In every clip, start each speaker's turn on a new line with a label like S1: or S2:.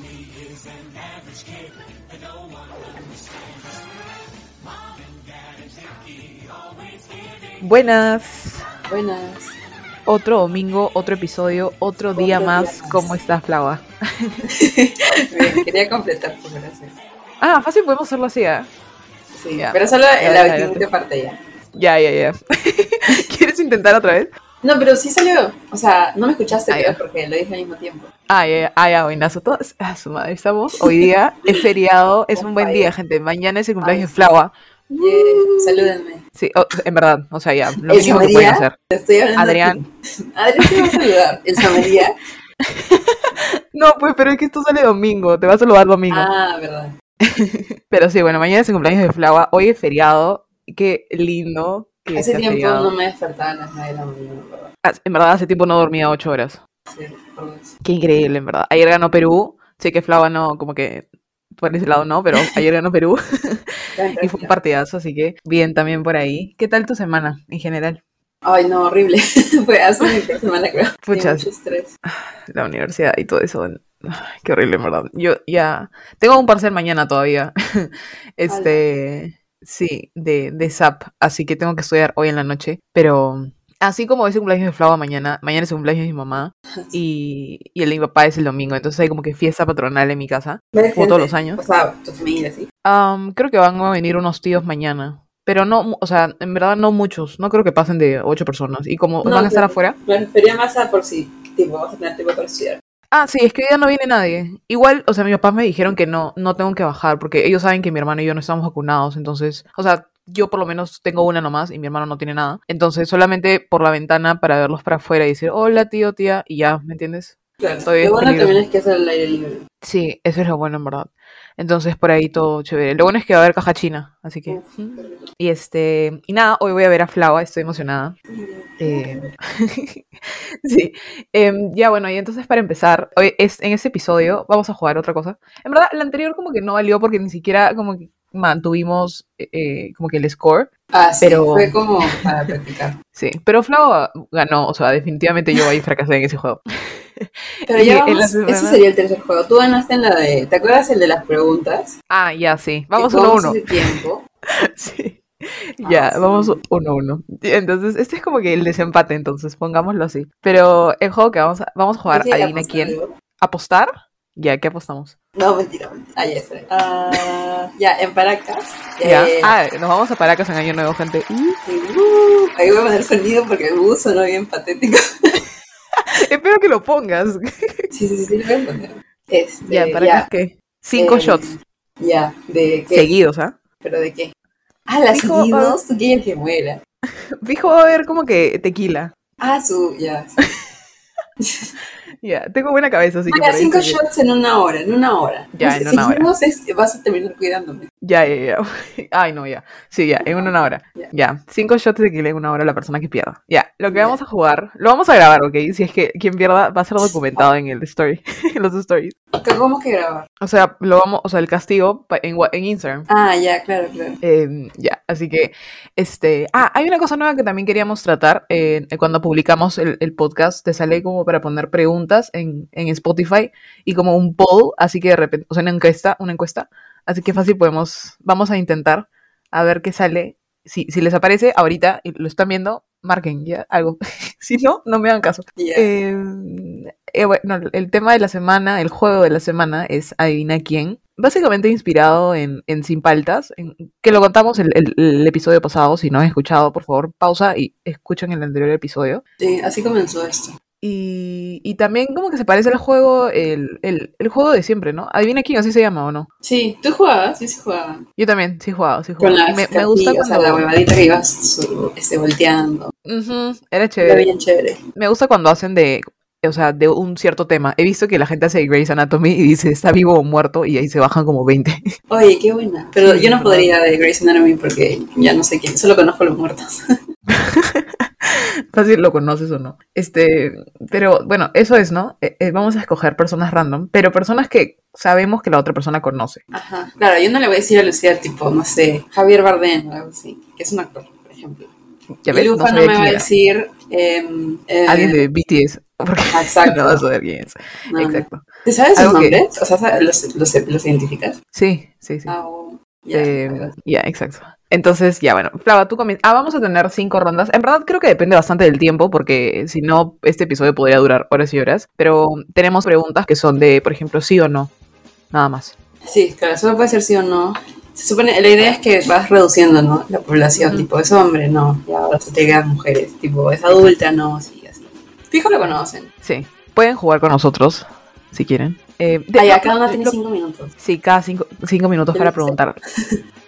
S1: is an average kid that no one understands. Mom and Dad and Vicky always giving.
S2: Buenas.
S3: Buenas.
S2: Otro domingo, otro episodio, otro,
S3: Otro
S2: día
S3: día
S2: más.
S3: más.
S2: ¿Cómo estás, Flava?
S3: Bien, quería completar tu frase.
S2: Ah, fácil podemos hacerlo así, ¿eh?
S3: Sí,
S2: Ya.
S3: pero solo en
S2: Ya,
S3: la
S2: ya, ya.
S3: última parte ya.
S2: Ya, ya, ya. ¿Quieres intentar otra vez?
S3: No, pero sí salió. O sea, no me escuchaste,
S2: Ah,
S3: creo,
S2: ya.
S3: porque lo dije al mismo tiempo.
S2: Ah, ya, ya, ah, ya, buenazo. Todas, ah, su madre, estamos. Hoy día es feriado, es un buen día, gente. Mañana es el cumpleaños de Flava.
S3: Yeah, salúdenme.
S2: Sí, o- en verdad, o sea, ya, lo
S3: ¿El
S2: mínimo que pueden
S3: Samaria?
S2: hacer.
S3: Te estoy hablando. a ti.
S2: Adrián.
S3: Adrián te va a saludar. ¿En Samaría?
S2: No, pues, pero es que esto sale domingo, te vas a saludar domingo.
S3: Ah, verdad.
S2: Pero sí, bueno, mañana es el cumpleaños de Flava, hoy es feriado, qué lindo que
S3: Hace
S2: sea
S3: tiempo
S2: feriado.
S3: no me despertaba a las 9 de la mañana, ¿verdad?
S2: Ah, En verdad, hace tiempo no dormía ocho horas.
S3: Sí, por eso.
S2: Qué increíble, en verdad. Ayer ganó Perú. Sé que Flava no, como que por ese lado no, pero ayer ganó Perú y fue un partidazo, así que bien también por ahí. ¿Qué tal tu semana en general?
S3: Ay, no, horrible. fue hace una semana, creo. Tenía
S2: Puchas.
S3: Mucho estrés.
S2: La universidad y todo eso. Ay, Qué horrible, en verdad. Yo ya tengo un parcel mañana todavía. Este, sí, de, de SAP, así que tengo que estudiar hoy en la noche, pero así como es el cumpleaños de Flava mañana, mañana es el cumpleaños de mi mamá y, y el de mi papá es el domingo, entonces hay como que fiesta patronal en mi casa,
S3: ¿Ves
S2: como todos
S3: gente?
S2: los años.
S3: O sea, pues, tu familia, sí.
S2: Am, creo que van a venir unos tíos mañana. Pero no, mu- o sea, en verdad no muchos. No creo que pasen de ocho personas. Y como
S3: No,
S2: van a estar
S3: claro.
S2: afuera.
S3: Me refería más a por si, tipo, vas a tener tiempo para estudiar.
S2: Ah, sí, es que hoy día no viene nadie. Igual, o sea, mis papás me dijeron que no, no tengo que bajar. Porque ellos saben que mi hermano y yo no estamos vacunados. Entonces, o sea, yo por lo menos tengo una nomás y mi hermano no tiene nada. Entonces, solamente por la ventana para verlos para afuera y decir, hola tío, tía. Y ya, ¿me entiendes?
S3: Claro.
S2: Todavía
S3: Lo
S2: es
S3: bueno también
S2: peligroso.
S3: es que es al aire libre.
S2: Sí, eso es lo bueno, en verdad. Entonces, por ahí todo chévere. Lo bueno es que va a haber caja china. Así que.
S3: Uf,
S2: mm. Y este. Y nada, hoy voy a ver a Flava. Estoy emocionada. Eh, sí, Em, ya bueno, y entonces para empezar, hoy es, en este episodio vamos a jugar otra cosa. En verdad, la anterior como que no valió porque ni siquiera como que mantuvimos eh, eh, como que el score.
S3: Ah, sí,
S2: Pero-
S3: fue como para practicar.
S2: Sí, pero Flau ganó, o sea, definitivamente yo ahí fracasé en ese juego.
S3: Pero
S2: Y
S3: ya
S2: en
S3: vamos,
S2: la
S3: ese
S2: semana-
S3: sería el tercer juego. Tú ganaste en la de, ¿te acuerdas el de las preguntas?
S2: Ah, ya, sí, vamos
S3: Que
S2: uno a
S3: jugamos
S2: uno.
S3: hace tiempo.
S2: Sí.
S3: Ah,
S2: Ya,
S3: sí.
S2: vamos uno a uno. Y Entonces, este es como que el desempate, entonces, pongámoslo así. Pero el juego que vamos a, vamos a jugar,
S3: Hay que
S2: adivina
S3: apostar
S2: quién.
S3: algo.
S2: ¿Apostar? Ya, ¿qué apostamos?
S3: No, mentira, mentira. Ah, ya está. Ah, ya, en Paracas. eh, Ya,
S2: Ya.
S3: ya, ya.
S2: Ah, nos vamos a Paracas en Año Nuevo, gente. Y-
S3: Sí, uh, ahí voy a poner sonido porque el uh, sonó bien patético.
S2: Espero que lo pongas.
S3: Sí, sí, sí, sí, lo voy a poner. Este,
S2: ya, para
S3: ya,
S2: que Cinco
S3: eh,
S2: shots
S3: Ya, ¿de qué?
S2: seguidos, ¿ah?
S3: ¿Pero de qué? Ah, las
S2: Dijo, ah.
S3: seguidos, tú quieres que muera.
S2: Fijo va a haber como que tequila.
S3: Ah, su, ya.
S2: Ya, tengo buena cabeza, así que.
S3: Mira,
S2: por ahí
S3: cinco
S2: sé que-
S3: shots en una hora, en una hora.
S2: Ya, en una hora.
S3: seguimos, este, vas a terminar cuidándome.
S2: Ya, ya, ya. Ay, no, ya. Sí, ya, en una hora.
S3: Ya.
S2: Ya. Cinco shots de tequila en una hora la persona que pierda. Ya, lo que
S3: Ya.
S2: vamos a jugar, lo vamos a grabar, ¿ok? Si es que quien pierda va a ser documentado en el story, en los stories.
S3: ¿Qué- ¿Cómo que grabar?
S2: O sea, lo vamos, o sea, el castigo pa- en, wa- en Instagram.
S3: Ah, ya, claro, claro.
S2: Em, ya, así que, este, ah, hay una cosa nueva que también queríamos tratar eh, cuando publicamos el, el podcast, te sale como para poner preguntas en, en Spotify y como un poll, así que de repente, o sea, una encuesta, una encuesta, así que fácil podemos, vamos a intentar a ver qué sale, si, si les aparece ahorita y lo están viendo, marquen ya algo, si no, no me hagan caso.
S3: Ya.
S2: Em, eh, bueno, el tema de la semana, el juego de la semana es Adivina quién. Básicamente inspirado en, en Sin Paltas, en- que lo contamos el, el- el episodio pasado. Si no han escuchado, por favor, pausa y escuchen el anterior episodio.
S3: Sí, así comenzó esto.
S2: Y, y también como que se parece al juego, el, el- el juego de siempre, ¿no? Adivina quién, así se llama o no.
S3: Sí, tú jugabas, yo sí jugaba.
S2: Yo también, sí he jugado, sí he
S3: Con
S2: jugado. Y
S3: las
S2: me, me gusta
S3: cartillas, o sea,
S2: cuando...
S3: la huevadita que ibas su- este, volteando.
S2: Ujú, era
S3: Era
S2: chévere.
S3: bien chévere.
S2: Me gusta cuando hacen de, o sea, de un cierto tema. He visto que la gente hace Grey's Anatomy y dice, está vivo o muerto, y ahí se bajan como 20.
S3: Oye, qué buena. Pero
S2: Sí,
S3: yo no
S2: ¿verdad?
S3: podría de Grey's Anatomy porque ya no sé quién, solo conozco a los muertos.
S2: Fácil lo conoces o no. Este, pero bueno, eso es, ¿no? Eh, eh, vamos a escoger personas random, pero personas que sabemos que la otra persona conoce.
S3: Ajá. Claro, yo no le voy a decir a Lucía, tipo, no sé, Javier Bardem o algo así, que es un actor, por ejemplo.
S2: Ya
S3: Y
S2: ves, no
S3: Lufa no,
S2: sabía
S3: me
S2: quién
S3: va a
S2: era.
S3: decir. em, eh,
S2: Alguien de BTS. Porque
S3: Exacto.
S2: no vas a ver quién es.
S3: No, no.
S2: Exacto.
S3: ¿Te sabes sus
S2: Algo que-
S3: nombres? O sea, ¿sabes- ¿los, los, los identificas?
S2: Sí, sí, sí.
S3: Ah, oh, ya,
S2: Eh,
S3: algo
S2: Ya,
S3: así.
S2: exacto. Entonces, ya, bueno, Flava, tú comienzas. Ah, vamos a tener cinco rondas. En verdad, creo que depende bastante del tiempo, porque si no, este episodio podría durar horas y horas. Pero tenemos preguntas que son de, por ejemplo, sí o no. Nada más.
S3: Sí, claro, solo puede ser sí o no. Se supone, la idea es que vas reduciendo, ¿no? La población,
S2: Ujú.
S3: tipo, es hombre, no, y ahora se te quedan mujeres, tipo, es adulta, no, sí, así. Fijo lo conocen.
S2: Sí. Pueden jugar con nosotros, si quieren. Eh, de-
S3: Ay,
S2: no,
S3: acá
S2: lo-
S3: no tiene
S2: lo-
S3: cinco minutos.
S2: Sí, cada cinco, cinco minutos
S3: Ya
S2: para
S3: lo sé.
S2: preguntar.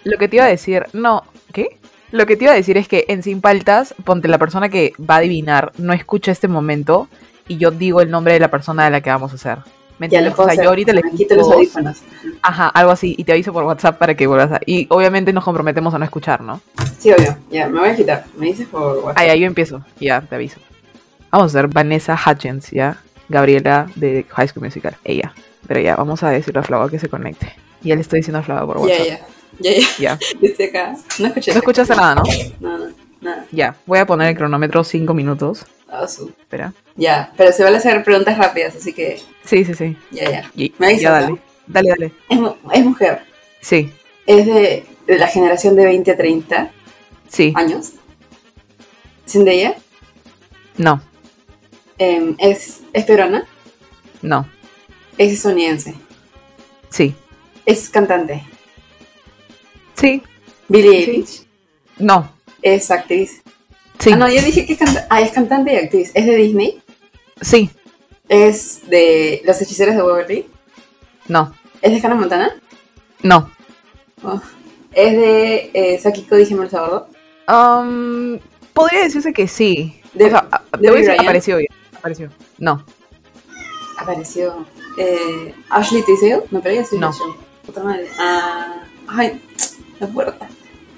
S2: Lo que te iba a decir, no, ¿qué? Lo que te iba a decir es que en Sin Paltas, ponte la persona que va a adivinar, no escucha este momento y yo digo el nombre de la persona de la que vamos a hacer. ¿Me
S3: Ya
S2: entiendes?
S3: lo puedo
S2: o sea,
S3: hacer.
S2: yo ahorita les
S3: Me quito los
S2: digo,
S3: audífonos.
S2: Ajá, algo así, y te aviso por WhatsApp para que vuelvas a... Y obviamente nos comprometemos a no escuchar, ¿no?
S3: Sí, obvio. Ya, me voy a quitar. Me dices por WhatsApp.
S2: Ahí, ahí yo empiezo, ya, te aviso. Vamos a hacer Vanessa Hutchins, ¿ya? Gabriela de High School Musical, ella. Pero ya, vamos a decirle a Flava que se conecte. Ya le estoy diciendo a Flava por WhatsApp.
S3: ya, ya, ya, ya.
S2: Ya.
S3: Yo estoy acá. No escuché.
S2: No escuchaste nada, ¿no?
S3: No, no, nada.
S2: Ya, voy a poner el cronómetro 5 minutos.
S3: Ah, su.
S2: Espera.
S3: Ya, pero se van a hacer preguntas rápidas, así que
S2: Sí, sí, sí.
S3: ya, ya.
S2: Y-
S3: Me avisas,
S2: ya dale.
S3: ¿no?
S2: Dale, dale.
S3: Es, mu- es mujer.
S2: Sí,
S3: Es de, de la generación de 20 a 30
S2: sí.
S3: años. Sin de ella.
S2: No,
S3: Em, es, es peruana.
S2: no.
S3: Es estadounidense.
S2: Sí,
S3: Es cantante.
S2: sí.
S3: Billie Eilish.
S2: No,
S3: Es actriz.
S2: sí,
S3: Ah, no, yo dije que es cantante. Ah, es cantante y actriz. Es de Disney.
S2: sí,
S3: Es de Los Hechiceros de Waverly.
S2: no,
S3: Es de Hannah Montana.
S2: no.
S3: Es de eh, Sakiko Dije el Sábado.
S2: Um, podría decirse que sí.
S3: De-
S2: o sea, a-
S3: de
S2: te voy a decir,
S3: Brian.
S2: apareció bien. Apareció. No,
S3: apareció eh, Ashley Tisdale, no, pero ella sí
S2: No.
S3: nació. Puta madre. Ah, ay, la puerta.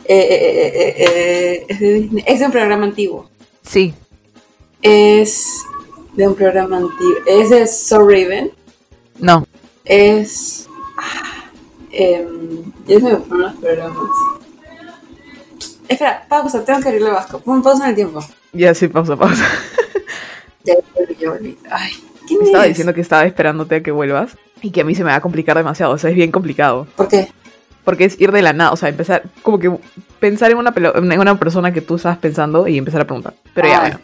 S3: Eh, eh, eh, eh, eh, es, de Disney. es de un programa antiguo.
S2: sí,
S3: Es de un programa antiguo. Es de So Raven.
S2: no,
S3: Es. ah, em, ya se me fueron los programas. Espera, pausa, tengo que abrirle Vasco. Pon pausa en el tiempo.
S2: ya sí, pausa, pausa.
S3: Ya volví, ya volví. Ay, ¿quién
S2: Me estaba
S3: es?
S2: diciendo que estaba esperándote a que vuelvas y que a mí se me va a complicar demasiado, o sea, es bien complicado.
S3: ¿Por qué?
S2: Porque es ir de la nada, o sea, empezar, como que pensar en una, pelo- en una persona que tú estabas pensando y empezar a preguntar. Pero ya,
S3: Ah,
S2: bueno,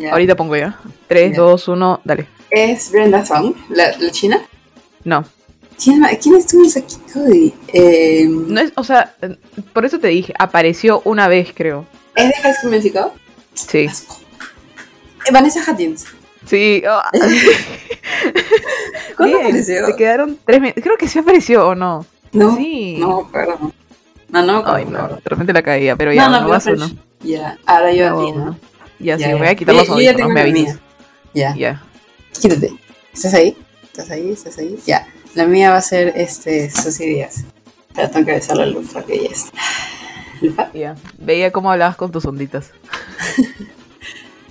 S3: ya.
S2: ahorita pongo ya. 3,
S3: Ya.
S2: 2, 1, dale.
S3: Es Brenda Song, la- la china.
S2: No,
S3: ¿Quién, ma- quién estuvo en Saki Cody? Eh,
S2: no es, o sea, eh, por eso te dije, apareció una vez, creo.
S3: ¿Es de High School Musical?
S2: Sí,
S3: Asco. Eh, Vanessa Hudgens.
S2: sí. ah.
S3: ¿Cuándo
S2: Bien,
S3: apareció?
S2: Te quedaron tres minutos. Creo que sí apareció o no.
S3: No,
S2: sí.
S3: no, perdón. No, no,
S2: Ay, no, de repente la caía, pero ya,
S3: No, no,
S2: uno
S3: pero
S2: vas uno.
S3: French. Ya, ahora yo
S2: Yo
S3: a
S2: hago
S3: ti, ¿no?
S2: uno. Ya,
S3: Ya,
S2: sí,
S3: ya.
S2: voy a quitar
S3: Yo-
S2: los
S3: yo ya
S2: audífonos,
S3: tengo
S2: me
S3: la
S2: avisas.
S3: Ya,
S2: Ya.
S3: quítate. ¿Estás ahí? ¿Estás ahí? ¿Estás ahí? Ya. La mía va a ser, este, Susy Díaz. Ya tengo que besar la lupa que ya está. ¿Lupa?
S2: Ya. Veía cómo hablabas con tus onditas.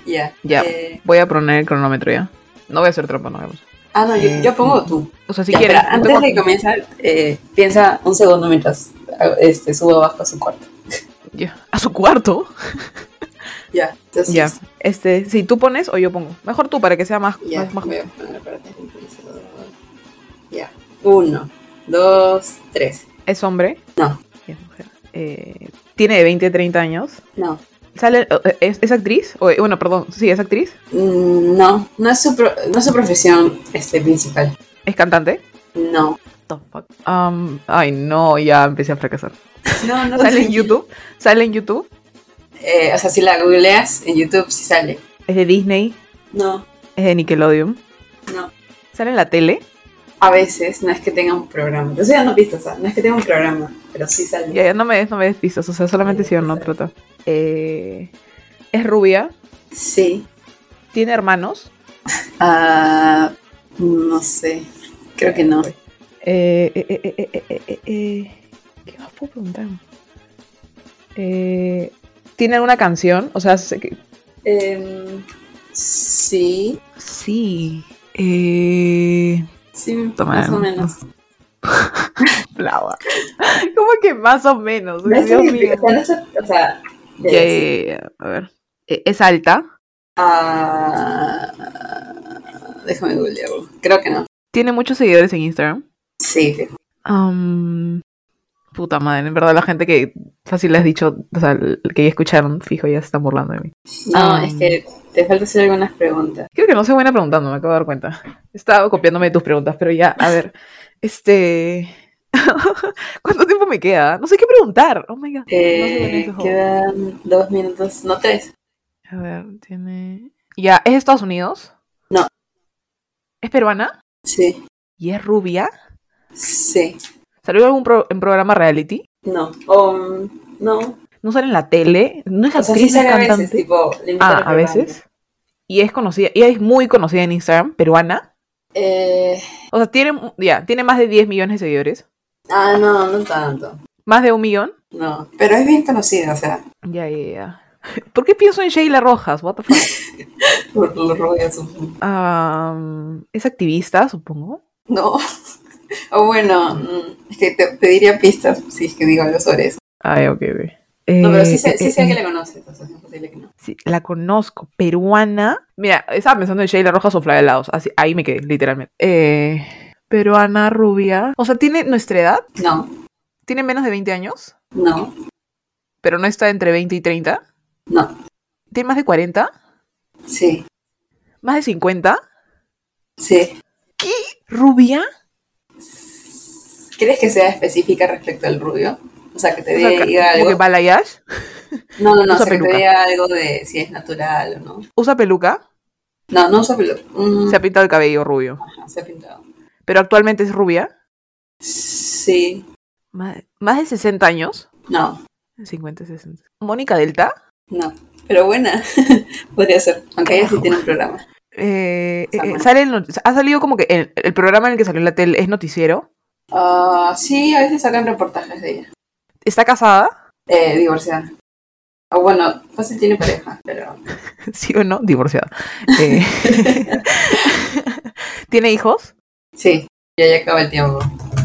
S3: Ya.
S2: Ya.
S3: Eh,
S2: Voy a poner el cronómetro ya. No voy a hacer trampa, no vamos.
S3: ah, no, yo,
S2: Eh,
S3: yo pongo tú.
S2: O sea, si
S3: Ya,
S2: quieres.
S3: espera,
S2: yo
S3: antes
S2: tengo
S3: de
S2: aquí.
S3: comenzar, eh, piensa un segundo mientras ah, este, subo abajo a su cuarto.
S2: Ya. A su cuarto.
S3: Ya, entonces.
S2: Ya. Este, si tú pones o yo pongo. Mejor tú para que sea más.
S3: Ya,
S2: más- más-
S3: voy a poner para que empiece a dar. Ya. Uno, dos, tres.
S2: ¿Es hombre?
S3: No.
S2: Es mujer. Eh, tiene de 20 a 30 años.
S3: No.
S2: ¿Sale, eh, ¿es, es actriz? O, eh, bueno, perdón. Sí, es actriz.
S3: Mm, No, no es su, pro- no es su profesión este, principal.
S2: ¿Es cantante?
S3: No.
S2: The fuck? Um, ay, no, ya empecé a fracasar.
S3: No, no
S2: ¿Sale en YouTube? ¿Sale en YouTube?
S3: Eh, o sea, si la googleas en YouTube, sí sale.
S2: ¿Es de Disney?
S3: No,
S2: ¿Es de Nickelodeon?
S3: no.
S2: ¿Sale en la tele?
S3: A veces no es que tenga un programa. Entonces ya no pistas, o sea, no es que tenga un programa, pero sí sale.
S2: Ya, ya no me des, no me des pistas, o sea, solamente si o no trata. Eh, es rubia,
S3: Sí.
S2: tiene hermanos,
S3: Ah, no sé. Creo que no.
S2: Eh, eh, eh, eh, eh, eh, eh, eh, ¿Qué más puedo preguntar? Eh, ¿Tiene alguna canción? O sea, sé que-
S3: Em, sí.
S2: sí. Eh...
S3: Sí,
S2: Toma,
S3: más o
S2: no.
S3: menos.
S2: Flava. ¿Cómo que más o menos?
S3: No es
S2: Dios mío.
S3: significa- o sea, no es- o sea,
S2: Ya,
S3: es-
S2: ya, ya, ya, A ver. Eh, ¿Es alta?
S3: ah, déjame googlearlo. Creo que no.
S2: Tiene muchos seguidores en Instagram.
S3: Sí, fijo.
S2: Am, puta madre, en verdad la gente que fácil le has dicho, o sea, el que ya escucharon, fijo, ya se están burlando de mí.
S3: No,
S2: Ah.
S3: es que te falta hacer algunas preguntas.
S2: Creo que no soy buena preguntando, me acabo de dar cuenta. He estado copiándome de tus preguntas, pero ya, a ver. Este. ¿Cuánto tiempo me queda? No sé qué preguntar. Oh my god. No soy buena en
S3: Eh,
S2: este juego.
S3: quedan dos minutos, no tres.
S2: A ver, tiene. Ya, ¿es de Estados Unidos?
S3: No.
S2: ¿Es peruana?
S3: Sí,
S2: ¿Y es rubia?
S3: sí,
S2: ¿Salió en algún pro- en programa reality?
S3: no. Um, no,
S2: ¿No sale en la tele? ¿No es
S3: o sea, sí
S2: actriz, no es
S3: sale a
S2: Ah, cantante?
S3: veces, tipo, le invitan
S2: ah, a
S3: al programa.
S2: veces. Y es conocida, y es muy conocida en Instagram, peruana.
S3: Eh,
S2: O sea, tiene, ya, tiene más de 10 millones de seguidores.
S3: ah, no, no tanto.
S2: Más de un millón.
S3: No, pero es bien conocida, o sea,
S2: Ya, ya, ya. ¿Por qué pienso en Sheila Rojas? What the fuck?
S3: por los rubios. supongo.
S2: Am, es activista, supongo.
S3: No. O bueno, mm, es que te pediría pistas si es que digo algo sobre eso.
S2: Ay, ok, ok.
S3: No, pero
S2: Eh,
S3: sí sé, sí
S2: eh,
S3: sé que
S2: eh,
S3: la conoce, entonces es posible que no.
S2: sí, la conozco. Peruana. Mira, estaba pensando en Sheila Rojas o Flavia Laos. Así, ahí me quedé, literalmente. Eh, peruana, rubia. O sea, tiene nuestra edad.
S3: No,
S2: Tiene menos de 20 años.
S3: no,
S2: Pero no está entre 20 y 30.
S3: no.
S2: Tiene más de 40.
S3: Sí,
S2: Más de 50.
S3: sí.
S2: Rubia.
S3: ¿Quieres que sea específica respecto al rubio? O sea, que te
S2: O sea,
S3: diga
S2: ca- como
S3: algo.
S2: que balayage.
S3: No, no, no, o
S2: usa
S3: sea, que te
S2: peluca.
S3: diga algo de si es natural o no.
S2: Usa peluca.
S3: No, no usa peluca. Mm,
S2: Se ha pintado el cabello rubio.
S3: ajá, se ha pintado.
S2: Pero actualmente es rubia.
S3: Sí,
S2: Ma- Más de 60 años.
S3: no,
S2: 50, 60. Mónica Delta.
S3: no. Pero buena, podría ser. Aunque ella sí tiene un programa.
S2: eh, eh,
S3: Samantha.
S2: sale en not- ha salido como que el, el programa en el que salió en la tele es noticiero.
S3: Ah, sí, a veces sacan reportajes de ella.
S2: Está casada,
S3: Eh, divorciada. O bueno, fácil tiene pareja, pero
S2: sí o no, divorciada. Eh, Tiene hijos.
S3: sí, ya, ya acaba el tiempo.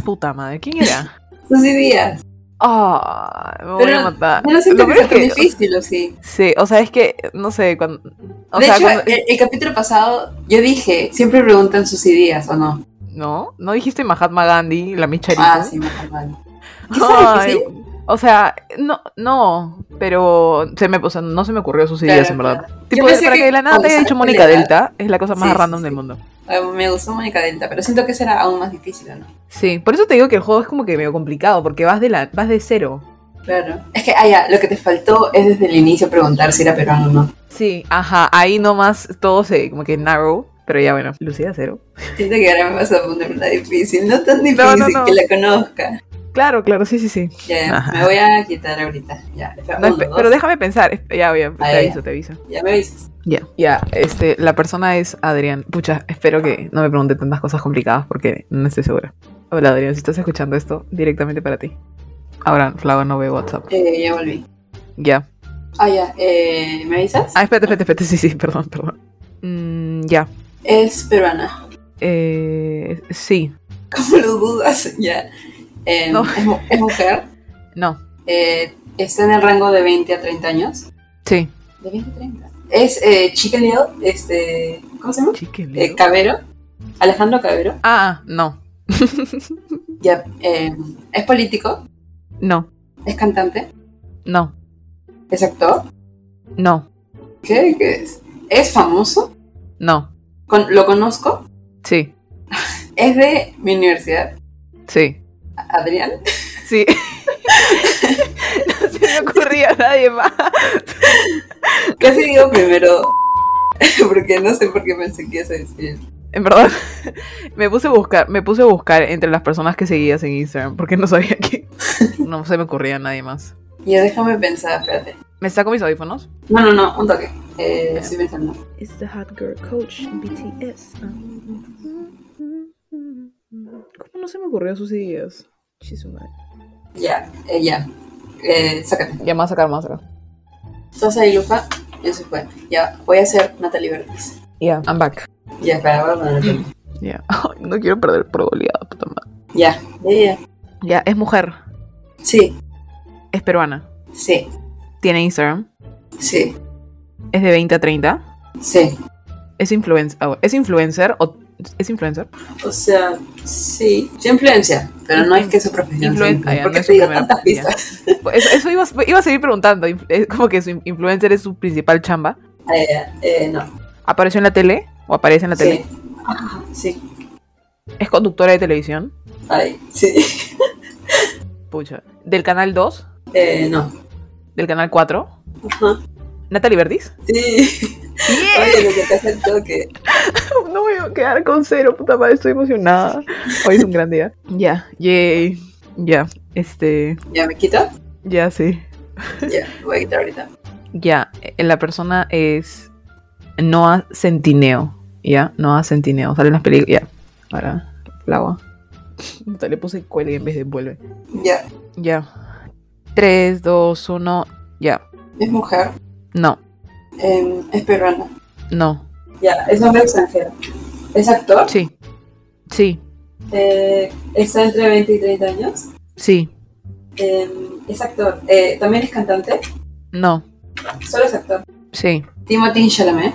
S2: Puta madre, ¿quién era?
S3: Susi Díaz.
S2: Ah, me voy
S3: Pero-
S2: a matar.
S3: Yo no sé
S2: Lo
S3: que
S2: peor
S3: es
S2: es que-
S3: tan difícil, ¿o sí?
S2: sí, o sea, es que no sé cuando. O
S3: de
S2: sea,
S3: hecho, eh,
S2: cuando-
S3: el, el capítulo pasado yo dije, siempre preguntan sus ideas o no.
S2: no, no dijiste Mahatma Gandhi, la Micharito.
S3: Ah, sí, me acuerdo. ¿Qué tan
S2: Ay,
S3: difícil?
S2: o sea, no, no, pero se me, o sea, no se me ocurrió sus ideas,
S3: Claro,
S2: en verdad.
S3: claro. Yo
S2: Tipo,
S3: pensé
S2: para que,
S3: que
S2: de la nada
S3: cuando
S2: te haya
S3: sale
S2: dicho
S3: la
S2: Mónica
S3: edad-
S2: Delta, es la cosa más
S3: Sí, sí,
S2: random
S3: sí.
S2: del mundo.
S3: Eh, Me gustó Mónica Delta, pero siento que será aún más difícil, ¿o no?
S2: Sí, por eso te digo que el juego es como que medio complicado, porque vas de la, vas de cero.
S3: Claro. Es que, ah, ya, lo que te faltó es desde el inicio preguntar si era peruano o no.
S2: Sí, ajá, ahí nomás todo se, como que narrow, pero ya bueno, Lucía cero.
S3: Siento que ahora me vas a poner una difícil, no tan difícil
S2: No, no, no.
S3: que la conozca.
S2: Claro, claro, sí, sí, sí.
S3: Ya, ya,
S2: Ajá.
S3: me voy a quitar ahorita. Ya, espera,
S2: No,
S3: uno,
S2: espe-
S3: dos,
S2: pero déjame pensar, esp- ya, ya, te
S3: Ah, ya, ya.
S2: aviso, te aviso.
S3: ya me avisas.
S2: Ya, ya, este, la persona es Adrián. Pucha, espero que no me pregunte tantas cosas complicadas porque no estoy segura. Hola Adrián, si estás escuchando esto, directamente para ti. Ahora, Flava no ve WhatsApp.
S3: Eh, ya volví.
S2: Ya.
S3: Ah, ya, eh, ¿me avisas?
S2: Ah, espérate, espérate, espérate, sí, sí, perdón, perdón. Mm, ya.
S3: Es peruana.
S2: Eh, sí.
S3: ¿Cómo lo dudas? Ya. Eh,
S2: No.
S3: es, mu- es mujer.
S2: No.
S3: Eh, está en el rango de 20 a 30 años.
S2: Sí.
S3: De 20 a 30. Es eh, Chica Leo, este. ¿Cómo se llama?
S2: Chique
S3: Eh,
S2: Leo.
S3: Cabero. Alejandro Cabero.
S2: Ah, no.
S3: Ya. eh, es político.
S2: No.
S3: Es cantante.
S2: No.
S3: Es actor.
S2: No.
S3: ¿Qué, ¿Qué es? Es famoso.
S2: No.
S3: Con- lo conozco.
S2: Sí.
S3: Es de mi universidad.
S2: Sí.
S3: Adrián.
S2: Sí. no se me ocurría a nadie más.
S3: Casi digo primero. Porque no sé por qué pensé que ibas a decir.
S2: En verdad, me puse a buscar, me puse a buscar entre las personas que seguías en Instagram, porque no sabía que no se me ocurría a nadie más.
S3: Ya déjame pensar, espérate.
S2: ¿Me saco mis audífonos?
S3: No, no, no, un toque. Eh, Estoy pensando.
S4: It's the hot girl coach BTS.
S2: ¿Cómo no se me ocurrió sus ideas?
S3: Ya, eh, ya. Eh, sácate.
S2: Ya más acá, más acá.
S3: Entonces ahí, Lufa, eso fue. Ya, voy a hacer Natalie Verdes.
S2: Ya, I'm back.
S3: Ya, espera, voy a poner
S2: Mm.
S3: el tema.
S2: Ya. Ay, no quiero perder por goleada, puta madre.
S3: Ya, ya, ya.
S2: Ya, es mujer,
S3: Sí,
S2: es peruana,
S3: sí,
S2: tiene Instagram,
S3: sí,
S2: es de 20 a 30,
S3: sí,
S2: es influencer, es influencer o es influencer.
S3: O sea, sí, sí influencia, pero no es que su profesión sea
S2: Influen-
S3: influencer,
S2: ah, ya, no
S3: porque
S2: es su
S3: te dio
S2: primera
S3: tantas
S2: profesión.
S3: pistas.
S2: Pues Eso, eso iba, a- iba a seguir preguntando, inf- es como que su influencer es su principal chamba.
S3: Eh, eh, no,
S2: ¿Apareció en la tele? ¿O aparece en la
S3: sí.
S2: tele?
S3: Ajá, sí,
S2: ¿Es conductora de televisión?
S3: ay, sí,
S2: Pucha. ¿Del canal 2?
S3: eh, no,
S2: ¿Del canal 4?
S3: Ajá.
S2: ¿Natalie Verdis?
S3: sí, oye, lo que te hace el toque,
S2: No voy a quedar con cero, puta madre, estoy emocionada. Hoy es un gran día. Ya, yay. Ya, este.
S3: ¿ya me quito?
S2: Ya, sí.
S3: Ya, voy a quitar ahorita.
S2: Ya, eh, la persona es Noah Centineo. Ya, Noah Centineo. Sale en las películas. Ya, ahora, agua. Le puse cuelgue en vez de vuelve.
S3: Ya,
S2: Ya. 3, 2, 1. Ya.
S3: es mujer,
S2: No,
S3: eh, es peruana,
S2: no.
S3: ya, es hombre extranjero, es actor,
S2: Sí. Sí,
S3: eh, está entre 20 y 30 años,
S2: sí.
S3: eh, es actor, eh, también es cantante,
S2: No,
S3: solo es actor.
S2: sí.
S3: Timothy Chalamet,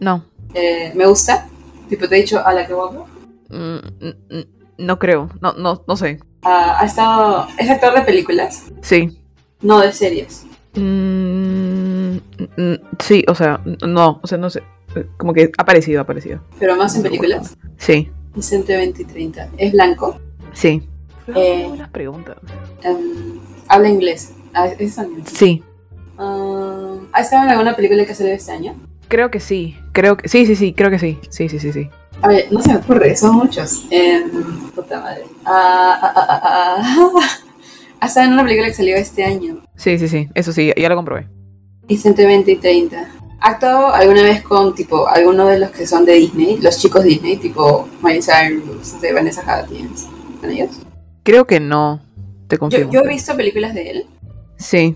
S2: No.
S3: eh, me gusta, tipo te he dicho a la que guapo.
S2: Mm, mm, mm, no creo. No, no, no sé.
S3: Ah, ha estado, es actor de películas,
S2: Sí.
S3: no de series.
S2: Mm, mm, sí, o sea, n- no, o sea, no sé. eh, Como que ha aparecido, ha aparecido.
S3: Pero más en películas.
S2: Sí,
S3: Es entre 20 y 30. Es blanco.
S2: sí.
S3: Eh.
S2: Buenas preguntas.
S3: em, habla inglés. Ah, es también.
S2: Sí,
S3: Ah, ¿Ha estado en alguna película que salió este año?
S2: creo que sí. Creo que sí, sí, sí, creo que sí. Sí, sí, sí, sí.
S3: A ver, no se me ocurre, son muchos. Em, puta madre. Ah, ah, ah, ah, ah. ha estado en una película que salió este año.
S2: Sí, sí, sí. Eso sí, ya lo comprobé.
S3: Es entre 20 y 30. ¿Ha actuado alguna vez con, tipo, alguno de los que son de Disney? Los chicos Disney, tipo Miley Cyrus, de Vanessa Hudgens. ¿Con ellos?
S2: Creo que no. Te
S3: Yo,
S2: confirmo.
S3: yo he visto películas de él.
S2: Sí,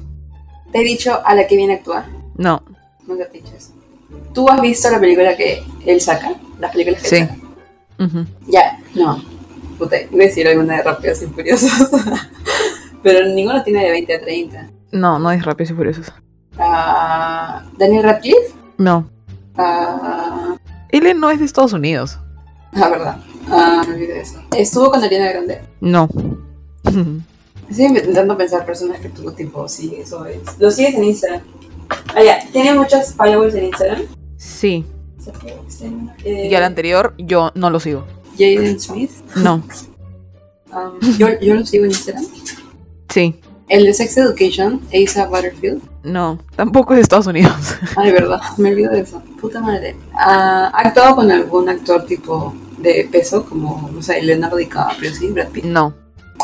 S3: Te he dicho a la que viene a actuar.
S2: no.
S3: Nunca te he dicho eso. ¿Tú has visto la película que él saca? Las películas que
S2: Sí.
S3: él saca.
S2: Ujú.
S3: Ya, no. Puta, iba a decir alguna de Rápidos y Furiosos. Pero ninguno tiene de 20 a 30.
S2: No, no es Rápidos y Furiosos.
S3: Ah, Daniel Radcliffe.
S2: No.
S3: Ah,
S2: Él no es de Estados Unidos.
S3: ah, verdad. Ah, me olvidé de eso. Estuvo con Ariana Grande.
S2: No.
S3: Estoy intentando pensar personas que tuvo tipo, sí, eso es. Lo sigues en Instagram. Ah, ya. Tiene muchos followers en Instagram.
S2: sí.
S3: Eh,
S2: Y al anterior, yo no lo sigo.
S3: Jaden Smith.
S2: No.
S3: Ah, yo, yo lo sigo en Instagram.
S2: Sí.
S3: El de Sex Education, Asa Butterfield.
S2: No. Tampoco es de Estados Unidos.
S3: Ay, verdad, me olvido de eso. Puta madre. Ah, ¿Ha actuado con algún actor tipo de peso, como, no sé, Leonardo DiCaprio, sí, Brad Pitt?
S2: No.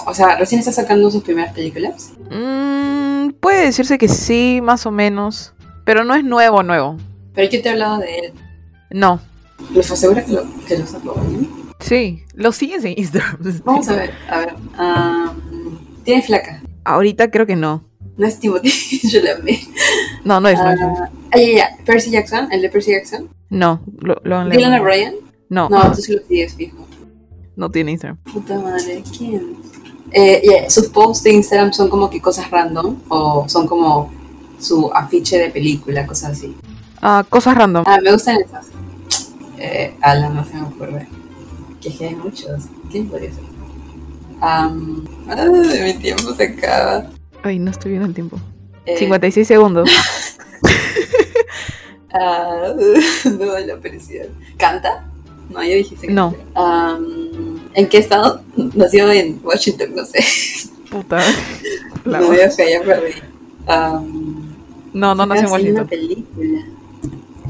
S3: O sea, recién está sacando sus primeras películas.
S2: Mm, puede decirse que sí, más o menos. Pero no es nuevo, nuevo.
S3: Pero yo te he hablado de él.
S2: No.
S3: ¿Les asegura que lo, que lo sacó? ¿no?
S2: Sí. Lo sigues en Instagram.
S3: Vamos a ver, a ver. Ah, tiene flaca.
S2: Ahorita creo que no.
S3: No es Timothy Chalamet.
S2: No, no es. no, es, no es.
S3: Ah, ay, ya, ya. Percy Jackson, el de Percy Jackson.
S2: No, lo, lo han
S3: Dylan
S2: leído.
S3: O'Brien.
S2: No,
S3: No,
S2: no,
S3: tú sí lo sigues, fijo.
S2: tiene Instagram.
S3: Puta madre, ¿quién? Eh, yeah, sus posts de Instagram son como que cosas random o son como su afiche de película, cosas así.
S2: Ah, cosas random.
S3: Ah, me gustan esas. Eh, ala, no se me ocurre. Que es que hay muchos. ¿Quién podría ser? Am, ay, mi tiempo se acaba.
S2: Ay, no estoy viendo el tiempo.
S3: Eh,
S2: 56 segundos.
S3: ah, no, la felicidad. ¿Canta? No, ya dijiste que
S2: No.
S3: Am, ¿En qué estado? Nació en Washington, no sé.
S2: Puta. La
S3: no,
S2: voz.
S3: ya sé, ya perdí. Am,
S2: no, no nació en
S3: Sacaste
S2: Washington.
S3: una película.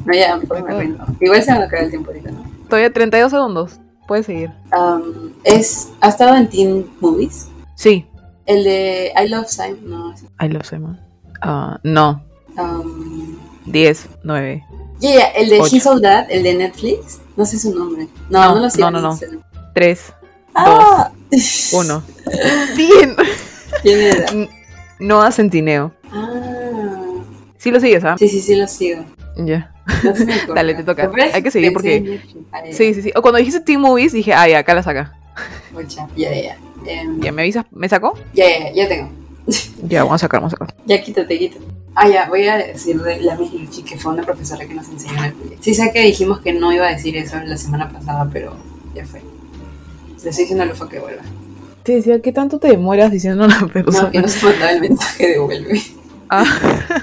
S3: No, ya, mejor me rindo. Igual se me va a acabar el tiempo ahorita, ¿no?
S2: Todavía 32 segundos. Puedes seguir.
S3: Am, es, ¿Ha estado en Teen Movies?
S2: Sí.
S3: El de I Love Simon, no. es-
S2: I love Simon. Ah, no.
S3: am,
S2: 10, 9.
S3: yeah, yeah, el de
S2: Ocho.
S3: She's All That, el de Netflix. No sé su nombre. No,
S2: No,
S3: no, lo sé.
S2: no, no, no. 3, 2,
S3: Ah,
S2: 1. Bien.
S3: ¿Quién era?
S2: Noah Centineo.
S3: Ah,
S2: Sí lo sigues, ¿ah?
S3: sí, sí, sí, lo sigo.
S2: Ya.
S3: No se me ocurre.
S2: Dale, te toca.
S3: Lo peor es
S2: Hay que seguir
S3: pensé en Netflix. Ah, ya,
S2: Sí, sí, sí. O cuando dijiste Team Movies, dije, ay, acá la saca.
S3: pucha, Ya, ya, ya. Em,
S2: Ya, ¿me avisas? ¿Me sacó?
S3: ya, ya, ya tengo.
S2: Ya, vamos a sacar, vamos a sacar.
S3: Ya quítate, quítate. Ah, ya, voy a decir de la Miss Luchi, que fue una profesora que nos enseñó en el colegio. Sí sé que dijimos que no iba a decir eso la semana pasada, pero ya fue. Le estoy diciendo a Lufa que vuelva.
S2: Te decía, ¿qué tanto te demoras diciendo una persona?
S3: No, que nos mandaba el mensaje de vuelve.
S2: Ah,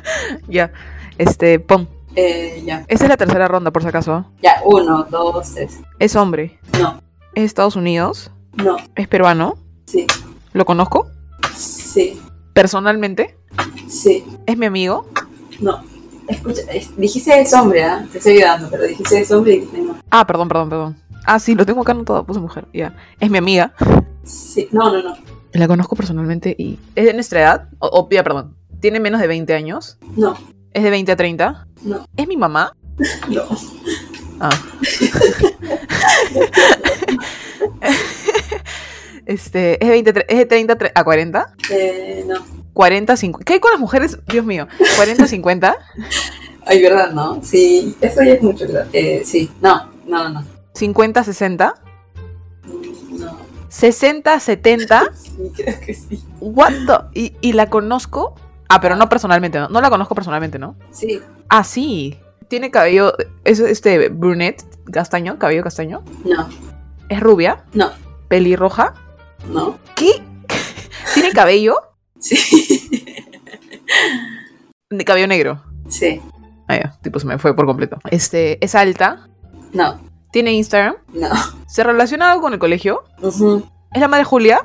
S2: ya, este, pon.
S3: Eh, ya.
S2: Esa es la tercera ronda, por si acaso.
S3: Ya, uno, dos, tres.
S2: Es hombre.
S3: No.
S2: Es Estados Unidos.
S3: No,
S2: Es peruano.
S3: sí,
S2: Lo conozco.
S3: sí,
S2: Personalmente.
S3: sí,
S2: Es mi amigo.
S3: no. Escucha, es- dijiste es hombre, ¿ah? Te estoy ayudando, pero dijiste es hombre y dijiste no.
S2: Ah, perdón, perdón, perdón. Ah, sí, lo tengo acá anotado. Puse mujer. Ya. Es mi amiga.
S3: Sí, no, no, no.
S2: La conozco personalmente y. ¿Es de nuestra edad? O, o- ya, perdón. ¿Tiene menos de 20 años?
S3: No,
S2: ¿Es de 20 a 30?
S3: No.
S2: ¿Es mi mamá?
S3: no.
S2: Ah. este. ¿Es de, 20 a tre- es de 30 a tre- a 40?
S3: Eh, no.
S2: 40, 50. ¿Qué hay con las mujeres? Dios mío. ¿40, 50?
S3: Ay, ¿verdad? No. Sí, eso ya es mucho, ¿verdad? Eh, sí, no, no, no, no.
S2: ¿50, 60?
S3: No,
S2: ¿60, 70?
S3: sí, creo que sí.
S2: What the- Y, y la conozco. Ah, pero no personalmente, ¿no? No la conozco personalmente, ¿no?
S3: Sí,
S2: Ah, sí. Tiene cabello. Es este brunette, castaño, cabello castaño.
S3: no,
S2: Es rubia.
S3: No.
S2: Pelirroja.
S3: no.
S2: ¿Qué? ¿Tiene cabello?
S3: Sí,
S2: De cabello negro.
S3: sí,
S2: Ah, ya. Tipo, se me fue por completo. Este, es alta.
S3: no,
S2: Tiene Instagram.
S3: no.
S2: ¿Se relaciona algo con el colegio?
S3: Ujú,
S2: ¿Es la madre Julia?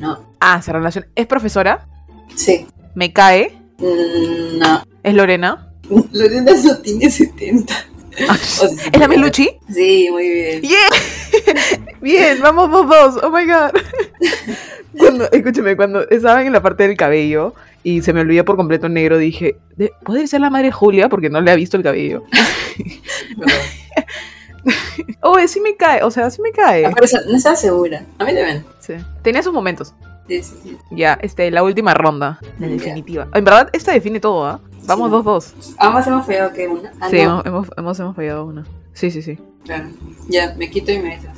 S3: No,
S2: Ah, se relaciona. ¿Es profesora?
S3: sí,
S2: ¿Me cae?
S3: mm, no.
S2: ¿Es Lorena?
S3: Lorena no tiene 70. O sea,
S2: ¿Es la Meluchi?
S3: Sí, muy bien.
S2: ¡Yeah! Bien, vamos vos dos. Oh my god. Cuando, escúcheme, cuando estaban en la parte del cabello y se me olvidó por completo el negro, dije, "De- ¿puede ser la madre Julia? Porque no le ha visto el cabello.
S3: Perdón.
S2: Oh, sí me cae, o sea, sí me cae.
S3: Pero, o sea, no estaba segura. A mí también.
S2: Sí. Tenía sus momentos.
S3: Sí, sí, sí.
S2: Ya, este, la última ronda. La
S3: Ya.
S2: definitiva. En verdad, esta define todo, ¿ah? Vamos
S3: Sí.
S2: dos dos.
S3: Ambas hemos fallado que una. Ah,
S2: sí,
S3: no.
S2: hemos, hemos, hemos- hemos fallado una. Sí, sí, sí.
S3: Claro. Ya, me quito y me meto.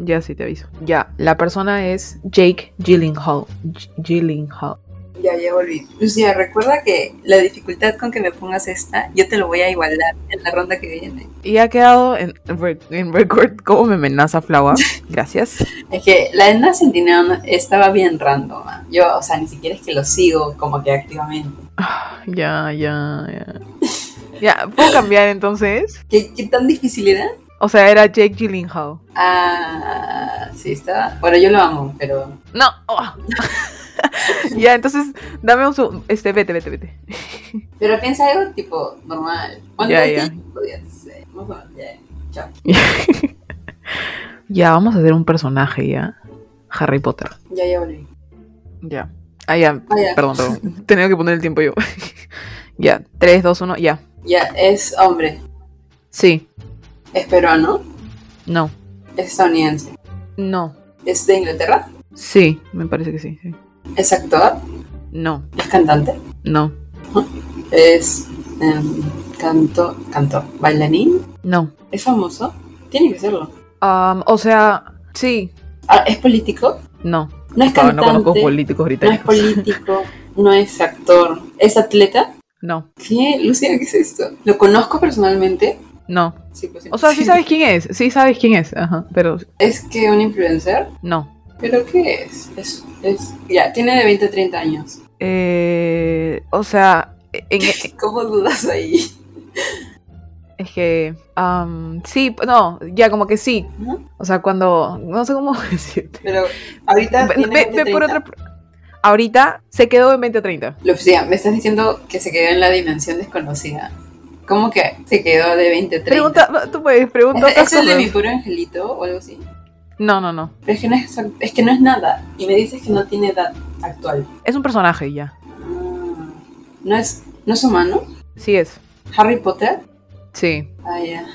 S2: Ya sí te aviso. Ya, la persona es Jake Gyllenhaal. G- Gyllenhaal.
S3: Ya, ya volví. Lucía, recuerda que la dificultad con que me pongas esta, yo te lo voy a igualar en la ronda que viene.
S2: Y ha quedado en, re- en record cómo me amenaza Flava. Gracias.
S3: Es que la Edna Centineo estaba bien random. ah. Yo, o sea, ni siquiera es que lo sigo como que activamente.
S2: Ah, Ya, ya, ya. Ya, ¿puedo cambiar entonces?
S3: ¿Qué, qué tan difícil era?
S2: O sea, era Jake Gyllenhaal.
S3: Ah, sí, estaba. Bueno, yo lo amo, pero.
S2: No. oh. ya, entonces, dame un segundo. Este, vete, vete, vete.
S3: Pero piensa algo tipo normal. ¿Cuánto
S2: Ya, ya.
S3: tiempo podía ser? Vamos a- ya. Chao.
S2: Ya, vamos a hacer un personaje, ya. Harry Potter.
S3: Ya, ya volví.
S2: Ya. Ah, ya.
S3: Ah, ya.
S2: Perdón, perdón. Tenía que poner el tiempo yo. ya, 3, 2, 1, ya.
S3: Ya, es hombre,
S2: Sí.
S3: es peruano,
S2: No.
S3: es estadounidense,
S2: No.
S3: es de Inglaterra,
S2: Sí, me parece que sí. sí.
S3: es actor,
S2: No.
S3: es cantante,
S2: No.
S3: es em, canto, cantor, bailarín,
S2: No.
S3: es famoso, tiene que serlo.
S2: Am, o sea, sí,
S3: Ah, es político,
S2: no.
S3: no es
S2: Ah,
S3: cantante,
S2: no conozco políticos
S3: no es
S2: británicos.
S3: político, no es actor, es atleta.
S2: No,
S3: ¿Qué, Lucía, qué es esto? ¿Lo conozco personalmente?
S2: no.
S3: Sí, pues sí.
S2: O sea, sí sabes quién es, sí sabes quién es, ajá, pero
S3: ¿Es que un influencer?
S2: no.
S3: ¿Pero qué es? Es, es, ya, tiene de 20 a 30 años.
S2: Eh, o sea, en- e-,
S3: ¿Cómo dudas ahí?
S2: es que, am, sí, no, ya como que sí.
S3: Ajá.
S2: O sea, cuando, no sé cómo decirte.
S3: Pero ahorita
S2: Ve-
S3: tiene
S2: ve-
S3: 20,
S2: ve por
S3: 30.
S2: otra... Ahorita se quedó en 2030.
S3: Lucía, me estás diciendo que se quedó en la dimensión desconocida. ¿Cómo que se quedó de 20, 30?
S2: Pregunta, tú puedes,
S3: ¿Es,
S2: pregunta.
S3: es
S2: otras
S3: el de
S2: cosas.
S3: mi puro angelito o algo así?
S2: No, no, no.
S3: Pero es que no es, es que no es nada. Y me dices que no tiene edad actual.
S2: Es un personaje ya.
S3: Ah, ¿No es, ¿No es humano?
S2: Sí es.
S3: ¿Harry Potter?
S2: Sí.
S3: Ah, ya.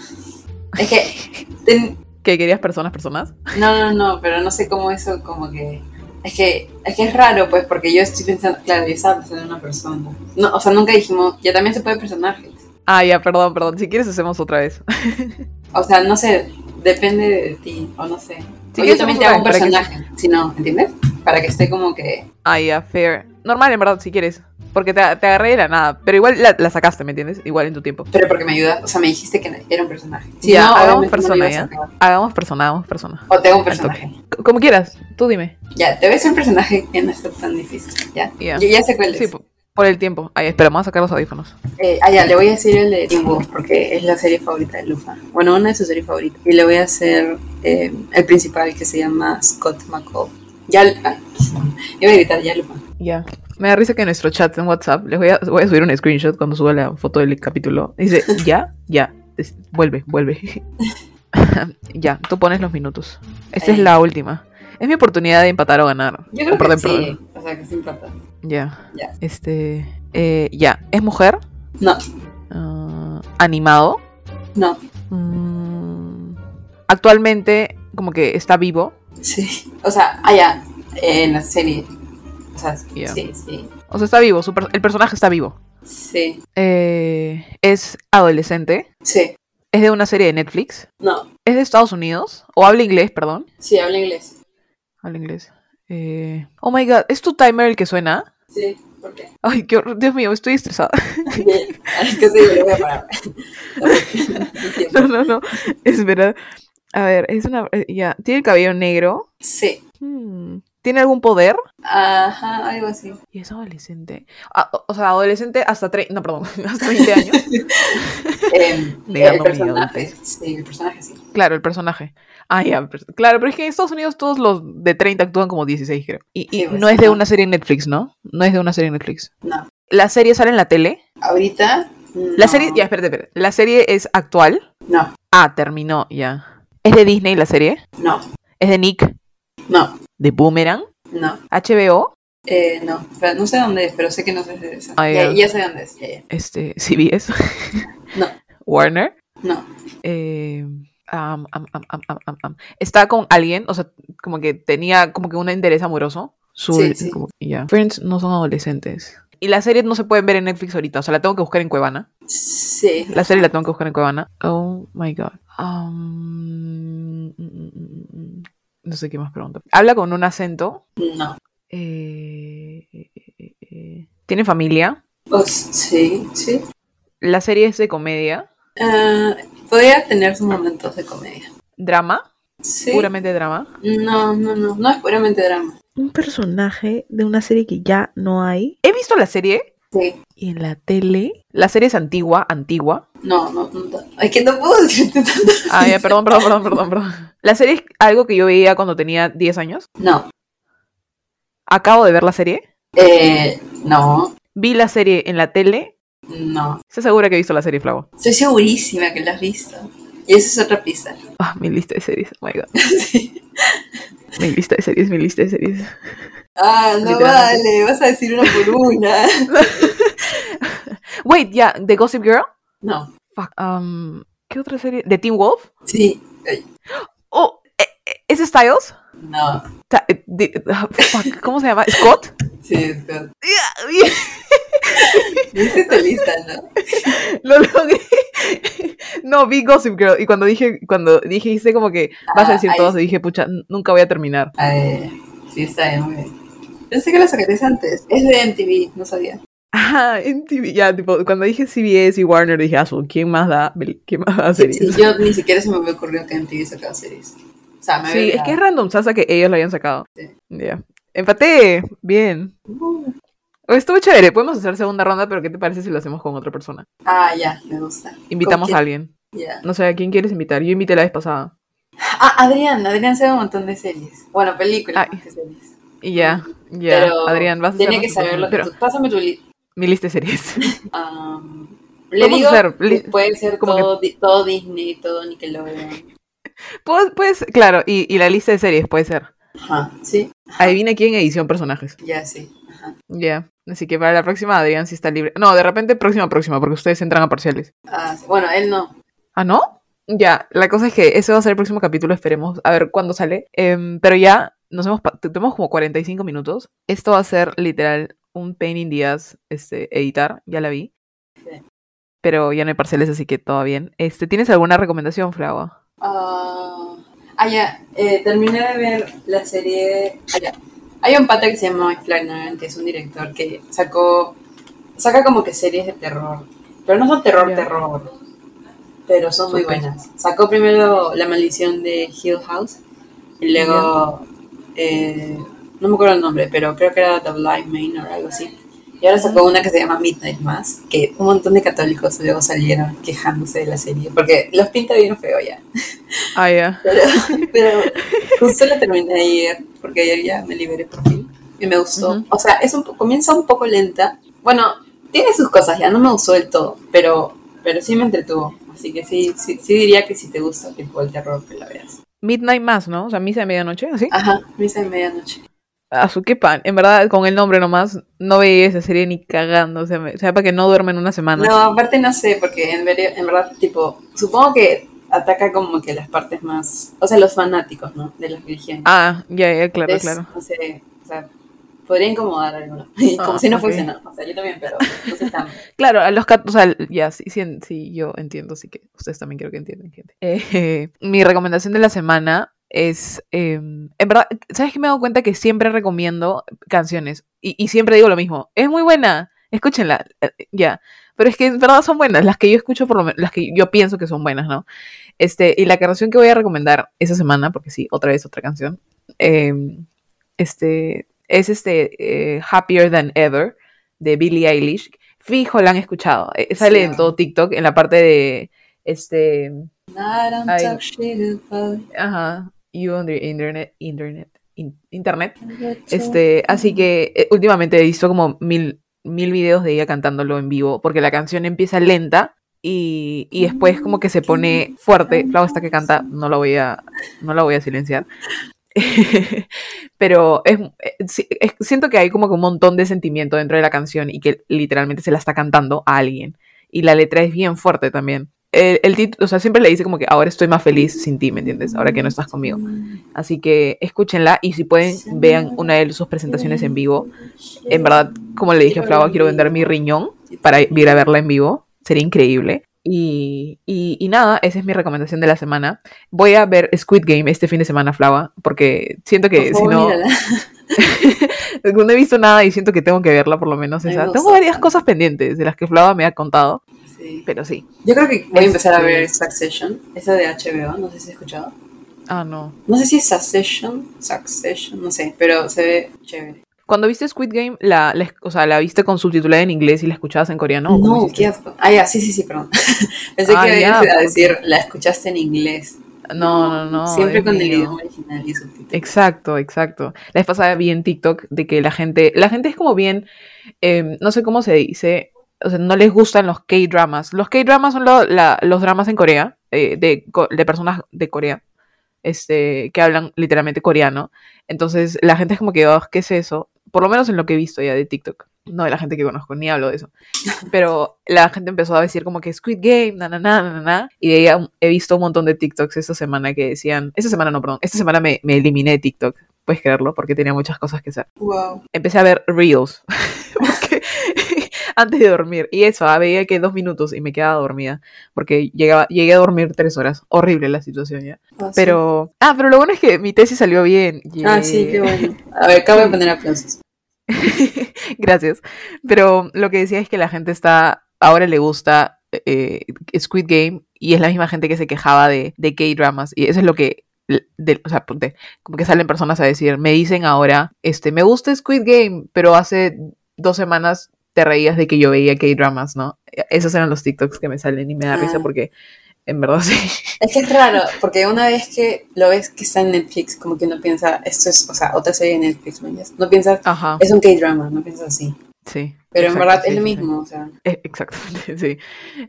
S3: Es que... ten-
S2: ¿Qué querías personas, personas?
S3: no, no, no, pero no sé cómo eso como que... Es que, es que es raro, pues, porque yo estoy pensando... Claro, yo estaba pensando en una persona. No, o sea, nunca dijimos... Ya también se puede personajes.
S2: Ah, ya, perdón, perdón. Si quieres hacemos otra vez.
S3: O sea, no sé, depende de ti, o no sé.
S2: Sí,
S3: O yo
S2: eso
S3: también
S2: es
S3: te hago un
S2: para que-
S3: personaje, si no, ¿entiendes? Para que esté como que...
S2: Ah, ya, fair. normal, en verdad, si quieres. Porque te, te agarré de la nada. Pero igual la, la sacaste, ¿me entiendes? Igual en tu tiempo.
S3: Pero porque me ayuda, o sea, me dijiste que era un personaje. Si
S2: Ya,
S3: no,
S2: hagamos
S3: obviamente no lo
S2: persona,
S3: ibas a
S2: ¿ya?
S3: sacar.
S2: Hagamos persona, hagamos persona.
S3: O tengo un
S2: Al toque.
S3: personaje.
S2: C- Como quieras, tú dime.
S3: Ya, te voy a hacer un personaje que no está tan difícil. Ya,
S2: Ya.
S3: Yo ya sé cuál es.
S2: Sí, po- por el tiempo. Ahí, espera, vamos a sacar los audífonos.
S3: Eh, ah, ya, le voy a decir el de Teen Wolf porque es la serie favorita de Lufa. Bueno, una de sus series favoritas. Y le voy a hacer eh, el principal que se llama Scott McCall. Ya, ah, iba a gritar ya Lufa.
S2: Ya. Me da risa que en nuestro chat en WhatsApp, les voy a, voy a subir un screenshot cuando suba la foto del capítulo. Dice, ya, ya. Es- vuelve, vuelve. ya, tú pones los minutos. Esta es
S3: Ahí.
S2: la última. Es mi oportunidad de empatar o ganar.
S3: Yo creo
S2: Perdón,
S3: que sí.
S2: perdón.
S3: O sea, que sí importa.
S2: Ya.
S3: Ya.
S2: Este. eh, ya. ¿Es mujer?
S3: No,
S2: Ah, ¿Animado?
S3: no,
S2: Mm, actualmente, como que está vivo.
S3: sí. O sea, ah, ya, eh, en la serie. O sea,
S2: Ya.
S3: sí, sí,
S2: O sea, está vivo. su per- el personaje está vivo.
S3: sí,
S2: Eh, es adolescente.
S3: sí,
S2: Es de una serie de Netflix.
S3: no.
S2: Es de Estados Unidos. O habla inglés, perdón.
S3: Sí, habla inglés.
S2: Habla inglés. Eh, oh my god, ¿es tu timer el que suena?
S3: Sí, ¿por qué?
S2: Ay, qué horror- Dios mío, estoy estresada.
S3: es que sí, lo voy a parar.
S2: No, no, no. Es verdad. A ver, es una. eh, Ya. Tiene el cabello negro.
S3: Sí.
S2: Hmm. ¿Tiene algún poder?
S3: Ajá, algo así.
S2: Y es adolescente. Ah, o- o sea, adolescente hasta 30. No, perdón, hasta 20 años.
S3: Eh, el
S2: Negando mi
S3: personaje.
S2: adultez.
S3: Sí, el personaje sí.
S2: Claro, el personaje. Ah, ya. pers- Claro, pero es que en Estados Unidos todos los de 30 actúan como 16, creo. Y, y
S3: Sí, pues,
S2: no es de
S3: ajá.
S2: una serie en Netflix, ¿no? No es de una serie en Netflix.
S3: No.
S2: ¿La serie sale en la tele?
S3: Ahorita.
S2: La
S3: no.
S2: serie. Ya, espérate, espérate. ¿La serie es actual?
S3: No,
S2: Ah, terminó, ya. ¿Es de Disney la serie?
S3: no,
S2: ¿Es de Nick?
S3: no,
S2: ¿De Boomerang?
S3: no.
S2: ¿HBO?
S3: Eh, no. Pero no sé dónde es, pero sé que no sé de esa.
S2: Ah,
S3: ya,
S2: ya.
S3: ya sé dónde es. Ya, ya.
S2: Este, ¿CBS?
S3: No.
S2: ¿Warner?
S3: No.
S2: Eh, am, am, am, am, am, am, am. Está con alguien, o sea, como que tenía como que un interés amoroso. Su,
S3: Sí, sí.
S2: como- ya. Friends no son adolescentes. Y la serie no se pueden ver en Netflix ahorita, o sea, la tengo que buscar en Cuevana.
S3: Sí.
S2: La serie la tengo que buscar en Cuevana. Oh my god. Um, mm, mm, mm, mm. no sé qué más pregunta. Habla con un acento.
S3: No.
S2: Eh, eh, eh, eh. Tiene familia.
S3: Oh, sí, sí.
S2: La serie es de comedia,
S3: Ah, podría tener sus momentos de comedia.
S2: drama,
S3: Sí.
S2: puramente drama.
S3: No, no, no. No es puramente drama.
S4: Un personaje de una serie que ya no hay.
S2: He visto la serie,
S3: Sí.
S2: Y en la tele. La serie es antigua, antigua.
S3: No, no, no. Ay, que no puedo decirte tanto.
S2: Ah, ya, perdón, perdón, perdón, perdón, perdón. La serie es algo que yo veía cuando tenía 10 años.
S3: No.
S2: Acabo de ver la serie.
S3: Eh, no,
S2: Vi la serie en la tele.
S3: no.
S2: Estoy segura que he visto la serie, Flavo.
S3: Estoy segurísima que lo has visto. Y esa es otra pista.
S2: Ah, mi lista de series. Oh my god. Mi lista de series, mi lista de series.
S3: Ah, no
S2: Literalmente.
S3: vale, vas a decir una por una.
S2: Wait, ya, The Gossip Girl.
S3: No,
S2: Fuck. um, ¿Qué otra serie? ¿The Teen Wolf?
S3: sí, ay,
S2: Oh, eh, eh, ¿es Styles?
S3: no,
S2: Ta- eh, di- ah, fuck, ¿Cómo se llama? ¿Scott?
S3: sí, es que- Viste tu lista, ¿no?
S2: Lo logré. No, vi Gossip Girl. Y cuando dije, cuando dije, hice como que vas a
S3: Ah,
S2: decir
S3: ahí
S2: todos,
S3: sí.
S2: y dije, pucha, n- nunca voy a terminar.
S3: A ver, sí, está bien, muy bien. Pensé que la sacarías antes. Es de MTV, no sabía.
S2: Ajá, en TV. Ya, tipo, cuando dije CBS y Warner, dije, azul, ¿quién más da, pel- ¿quién más da series?
S3: Sí,
S2: Sí,
S3: yo ni siquiera se me había ocurrido que MTV sacaba series. O sea, me había
S2: es que es
S3: olvidado.
S2: random, Sasa, que ellos la habían sacado.
S3: Sí.
S2: Ya. Empaté. Bien.
S3: Uh,
S2: Estuvo chévere. Podemos hacer segunda ronda, pero ¿qué te parece si lo hacemos con otra persona?
S3: Ah, ya, me gusta.
S2: Invitamos
S3: ¿Con
S2: a alguien.
S3: quién? Ya.
S2: No sé, ¿a quién quieres invitar? Yo invité la vez pasada.
S3: Ah, Adrián, Adrián sabe un montón de series. Bueno, películas
S2: Ay.
S3: más que series.
S2: Y ya, ya.
S3: Pero
S2: Adrián, vas a
S3: Tiene
S2: hacer
S3: que
S2: nuestro
S3: saber lo que
S2: próximo-
S3: tú. Pásame tu lista.
S2: pero Mi lista de series.
S3: le
S2: Vamos a
S3: digo
S2: hacer
S3: que
S2: li-
S3: puede ser
S2: como
S3: todo, Di- todo Disney, todo Nickelodeon.
S2: Pues, pues, claro, y, y la lista de series puede ser.
S3: Ajá, sí,
S2: Adivina quién edición personajes.
S3: ya sí. Ajá.
S2: Ya. Así que para la próxima, Adrián sí está libre. No, de repente, próxima, próxima, porque ustedes entran a parciales.
S3: Ah, sí. Bueno, él no.
S2: ¿Ah, no? Ya, la cosa es que ese va a ser el próximo capítulo, esperemos a ver cuándo sale. Em, pero ya, nos hemos. pa- Tenemos como 45 minutos. Esto va a ser literal un pain in the ass, este, editar, ya la vi.
S3: Sí.
S2: Pero ya no hay parciales, así que todo bien. Este, ¿Tienes alguna recomendación, Flava?
S3: Ah, ah, ya, eh, terminé de ver la serie. Ah, ya. Hay un pata que se llama Mike Flanagan, que es un director que sacó, saca como que series de terror, pero no son terror,
S2: Ya.
S3: terror, pero son muy
S2: Ok.
S3: buenas. Sacó primero La maldición de Hill House, y luego, eh, no me acuerdo el nombre, pero creo que era The Blind Man o algo así. Y ahora sacó una que se llama Midnight Mass, que un montón de católicos luego salieron quejándose de la serie, porque los pinta bien feo ya.
S2: Ah, ya.
S3: Pero, pero justo la terminé ayer, porque ayer ya me liberé por fin. Y me gustó.
S2: Ujú.
S3: O sea, es un po- comienza un poco lenta. Bueno, tiene sus cosas, ya no me gustó del todo, pero, pero sí me entretuvo. Así que sí, sí, sí diría que si te gusta tipo el terror que la veas.
S2: Midnight Mass, ¿no? O sea, misa de medianoche, así.
S3: Ajá, misa de medianoche.
S2: A su que pan. En verdad, con el nombre nomás, no veía esa serie ni cagando. O sea, me- o sea, para que no duerma en una semana.
S3: No, aparte no sé, porque en, ver- en verdad, tipo, supongo que ataca como que las partes más, o sea, los fanáticos, ¿no? De las religiones.
S2: Ah, ya, ya, claro,
S3: Entonces,
S2: claro.
S3: No sé, o sea, podría incomodar a alguno. Y como
S2: Ah,
S3: si no
S2: ok.
S3: fuese, no. O sea, yo también, pero no sé tan-
S2: Claro, a los cat- o sea, ya, sí, sí, en- sí, yo entiendo, así que ustedes también quiero que entiendan, gente. Eh, mi recomendación de la semana es, eh, en verdad, ¿sabes qué me he dado cuenta? Que siempre recomiendo canciones y, y siempre digo lo mismo, es muy buena, escúchenla, eh, ya. Pero es que en verdad son buenas, las que yo escucho, por lo menos, las que yo pienso que son buenas, ¿no? Este, y la canción que voy a recomendar esa semana, porque sí, otra vez otra canción, eh, este, es este, eh, Happier Than Ever, de Billie Eilish. Fijo, la han escuchado. eh, sale
S3: Sí.
S2: en todo TikTok, en la parte de, este,
S3: I don't
S2: Ay.
S3: talk shit about
S2: ajá, You on the Internet, Internet, in- Internet.
S3: it.
S2: Este, así que eh, últimamente he visto como mil, mil videos de ella cantándolo en vivo, porque la canción empieza lenta y, y después como que se pone fuerte. Flau está que canta, no la voy a, no la voy a silenciar. Pero es, eh, sí, es- siento que hay como que un montón de sentimiento dentro de la canción y que literalmente se la está cantando a alguien. Y la letra es bien fuerte también. El, el título, o sea, siempre le dice como que ahora estoy más feliz sin ti, ¿me entiendes? Ahora que no estás conmigo. Así que escúchenla y si pueden, vean una de sus presentaciones en vivo. En verdad, como le dije a Flava, quiero vender mi riñón para ir a verla en vivo. Sería increíble. Y, y- y nada, esa es mi recomendación de la semana. Voy a ver Squid Game este fin de semana, Flava, porque siento
S3: Por
S2: que si
S3: favor,
S2: no,
S3: mírala.
S2: no he visto nada y siento que tengo que verla por lo menos.
S3: Ay,
S2: esa.
S3: no
S2: Tengo
S3: sé.
S2: varias cosas pendientes de las que Flava me ha contado,
S3: Sí.
S2: pero sí.
S3: Yo creo que voy a empezar a
S2: Este-
S3: ver Succession, esa de HBO, no sé si has escuchado.
S2: Ah, no.
S3: No sé si es Succession, Succession, no sé, pero se ve chévere.
S2: Cuando viste Squid Game, la, la es- o sea, la viste con subtitulada en inglés y la escuchabas en coreano. ¿o cómo
S3: No,
S2: hiciste?
S3: qué asco. Ah, ya, sí, sí, sí, perdón. Pensé
S2: Ah,
S3: que
S2: ya,
S3: ibas a
S2: porque-
S3: decir, la escuchaste en inglés.
S2: no, no, no.
S3: Siempre
S2: Dios
S3: con el
S2: mío.
S3: idioma original y subtítulos.
S2: Exacto, exacto. La vez pasada vi en TikTok de que la gente, la gente es como bien, eh, no sé cómo se dice, o sea, no les gustan los K-dramas. Los K-dramas son lo- la- los dramas en Corea, eh, de, co- de personas de Corea, este, que hablan literalmente coreano. Entonces la gente es como que, "Ah, ¿qué es eso? Por lo menos en lo que he visto ya de TikTok. No de la gente que conozco, ni hablo de eso. Pero la gente empezó a decir como que Squid Game, na, na, na, na, na. Y de ella he visto un montón de TikToks esta semana que decían, esta semana no, perdón, esta semana me, me eliminé de TikTok, puedes creerlo, porque tenía muchas cosas que hacer.
S3: Wow.
S2: Empecé a ver Reels, porque antes de dormir. Y eso, ah, veía que dos minutos y me quedaba dormida, porque llegaba, llegué a dormir tres horas. Horrible la situación ya.
S3: Ah, sí.
S2: Pero, eh, ah, pero lo bueno es que mi tesis salió bien.
S3: Ah, sí, qué
S2: Yeah.
S3: bueno. A ver, acabo de poner aplausos.
S2: Gracias. Pero lo que decía es que la gente está, ahora le gusta eh, Squid Game y es la misma gente que se quejaba de, de K-dramas. Y eso es lo que, l- de- o sea, ponte, como que salen personas a decir, me dicen ahora, este, me gusta Squid Game, pero hace dos semanas te reías de que yo veía K-dramas, ¿no? Esos eran los TikToks que me salen y me da risa
S3: Ah.
S2: porque en verdad sí.
S3: Es que es raro, porque una vez que lo ves que está en Netflix, como que no piensa, esto es, o sea, otra serie de Netflix, ¿me entiendes? No piensas,
S2: Ajá,
S3: es un K-drama, no piensas así.
S2: sí.
S3: Pero en
S2: exacto,
S3: verdad
S2: sí,
S3: es lo
S2: sí, sí.
S3: mismo, o sea,
S2: Eh, Exactamente, sí.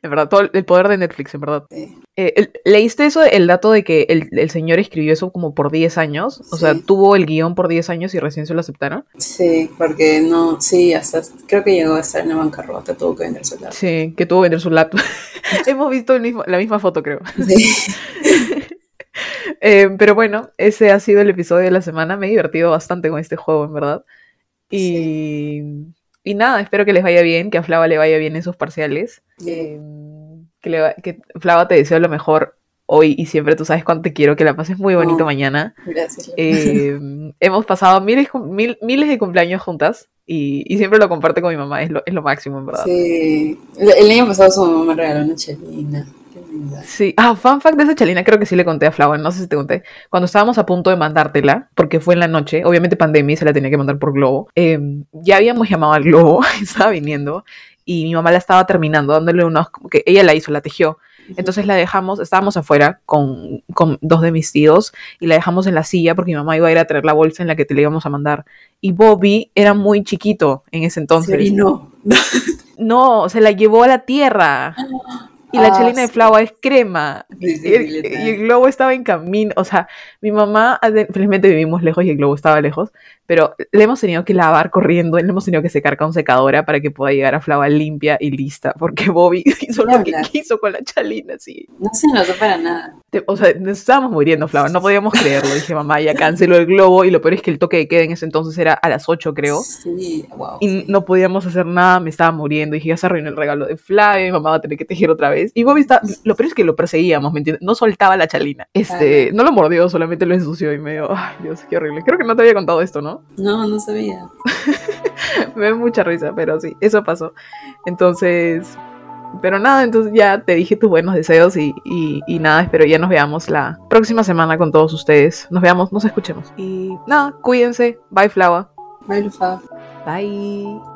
S2: En verdad, todo el- el poder de Netflix, en verdad.
S3: Sí.
S2: Eh, el- ¿Leíste eso, el dato de que el, el señor escribió eso como por 10 años? O sea,
S3: Sí.
S2: tuvo el guión por 10 años y recién se lo aceptaron.
S3: sí, porque no, sí, hasta creo que llegó a estar en la bancarrota, tuvo que vender su lado.
S2: Sí, que tuvo que vender su laptop. Hemos visto el mismo, la misma foto, creo.
S3: Sí.
S2: Eh, pero bueno, ese ha sido el episodio de la semana. Me he divertido bastante con este juego, en verdad. Y, y nada, espero que les vaya bien, que a Flava le vaya bien en sus parciales.
S3: Sí.
S2: Eh, que, le va- que Flava te deseo lo mejor hoy y siempre. Tú sabes cuánto te quiero, que la pases muy bonito
S3: Oh.
S2: mañana.
S3: Gracias. Leo.
S2: Eh, hemos pasado miles, cum- mil- miles de cumpleaños juntas y, y siempre lo comparto con mi mamá, es lo, es lo máximo, en verdad. Sí.
S3: Sí. El, el año pasado su mamá me regaló una chelina. Qué linda.
S2: ah, fan fact de esa chalina, creo que sí le conté a Flava, no sé si te conté. Cuando estábamos a punto de mandártela, porque fue en la noche, obviamente pandemia y se la tenía que mandar por globo, eh, ya habíamos llamado al globo, estaba viniendo, y mi mamá la estaba terminando, dándole unos, como que ella la hizo, la tejió. Entonces la dejamos, estábamos afuera con, con dos de mis tíos y la dejamos en la silla porque mi mamá iba a ir a traer la bolsa en la que te la íbamos a mandar. Y Bobby era muy chiquito en ese entonces.
S3: Sí, no.
S2: No, se la llevó a la tierra. Y la
S3: Ah,
S2: chelina de
S3: sí.
S2: Flava es crema.
S3: Sí, sí,
S2: Y el,
S3: sí, letal.
S2: y el globo estaba en camino. O sea, mi mamá, ade- felizmente vivimos lejos y el globo estaba lejos, pero le hemos tenido que lavar corriendo, le hemos tenido que secar con secadora para que pueda llegar a Flava limpia y lista, porque Bobby hizo lo que
S3: hablar.
S2: quiso con la chalina, sí.
S3: No se notó para nada.
S2: Te- O sea, nos estábamos muriendo, Flava, no podíamos creerlo. Dije, mamá, ya canceló el globo y lo peor es que el toque de queda en ese entonces era a las 8, creo
S3: Sí, wow.
S2: y no podíamos hacer nada, me estaba muriendo, dije, ya se arruinó el regalo de Flavia, mi mamá va a tener que tejer otra vez. Y Bobby está, lo peor es que lo perseguíamos, ¿me entiendes? No soltaba la chalina. Este, no lo mordió, solamente lo ensució y medio, ay Dios, qué horrible. Creo que no te había contado esto, ¿no?
S3: No, no sabía.
S2: Me da mucha risa, pero sí, eso pasó. Entonces, pero nada, entonces ya te dije tus buenos deseos y, y, y nada, espero ya nos veamos la próxima semana con todos ustedes. Nos veamos, nos escuchemos. Y nada, cuídense. Bye, Flava.
S3: Bye, Lufa.
S2: Bye.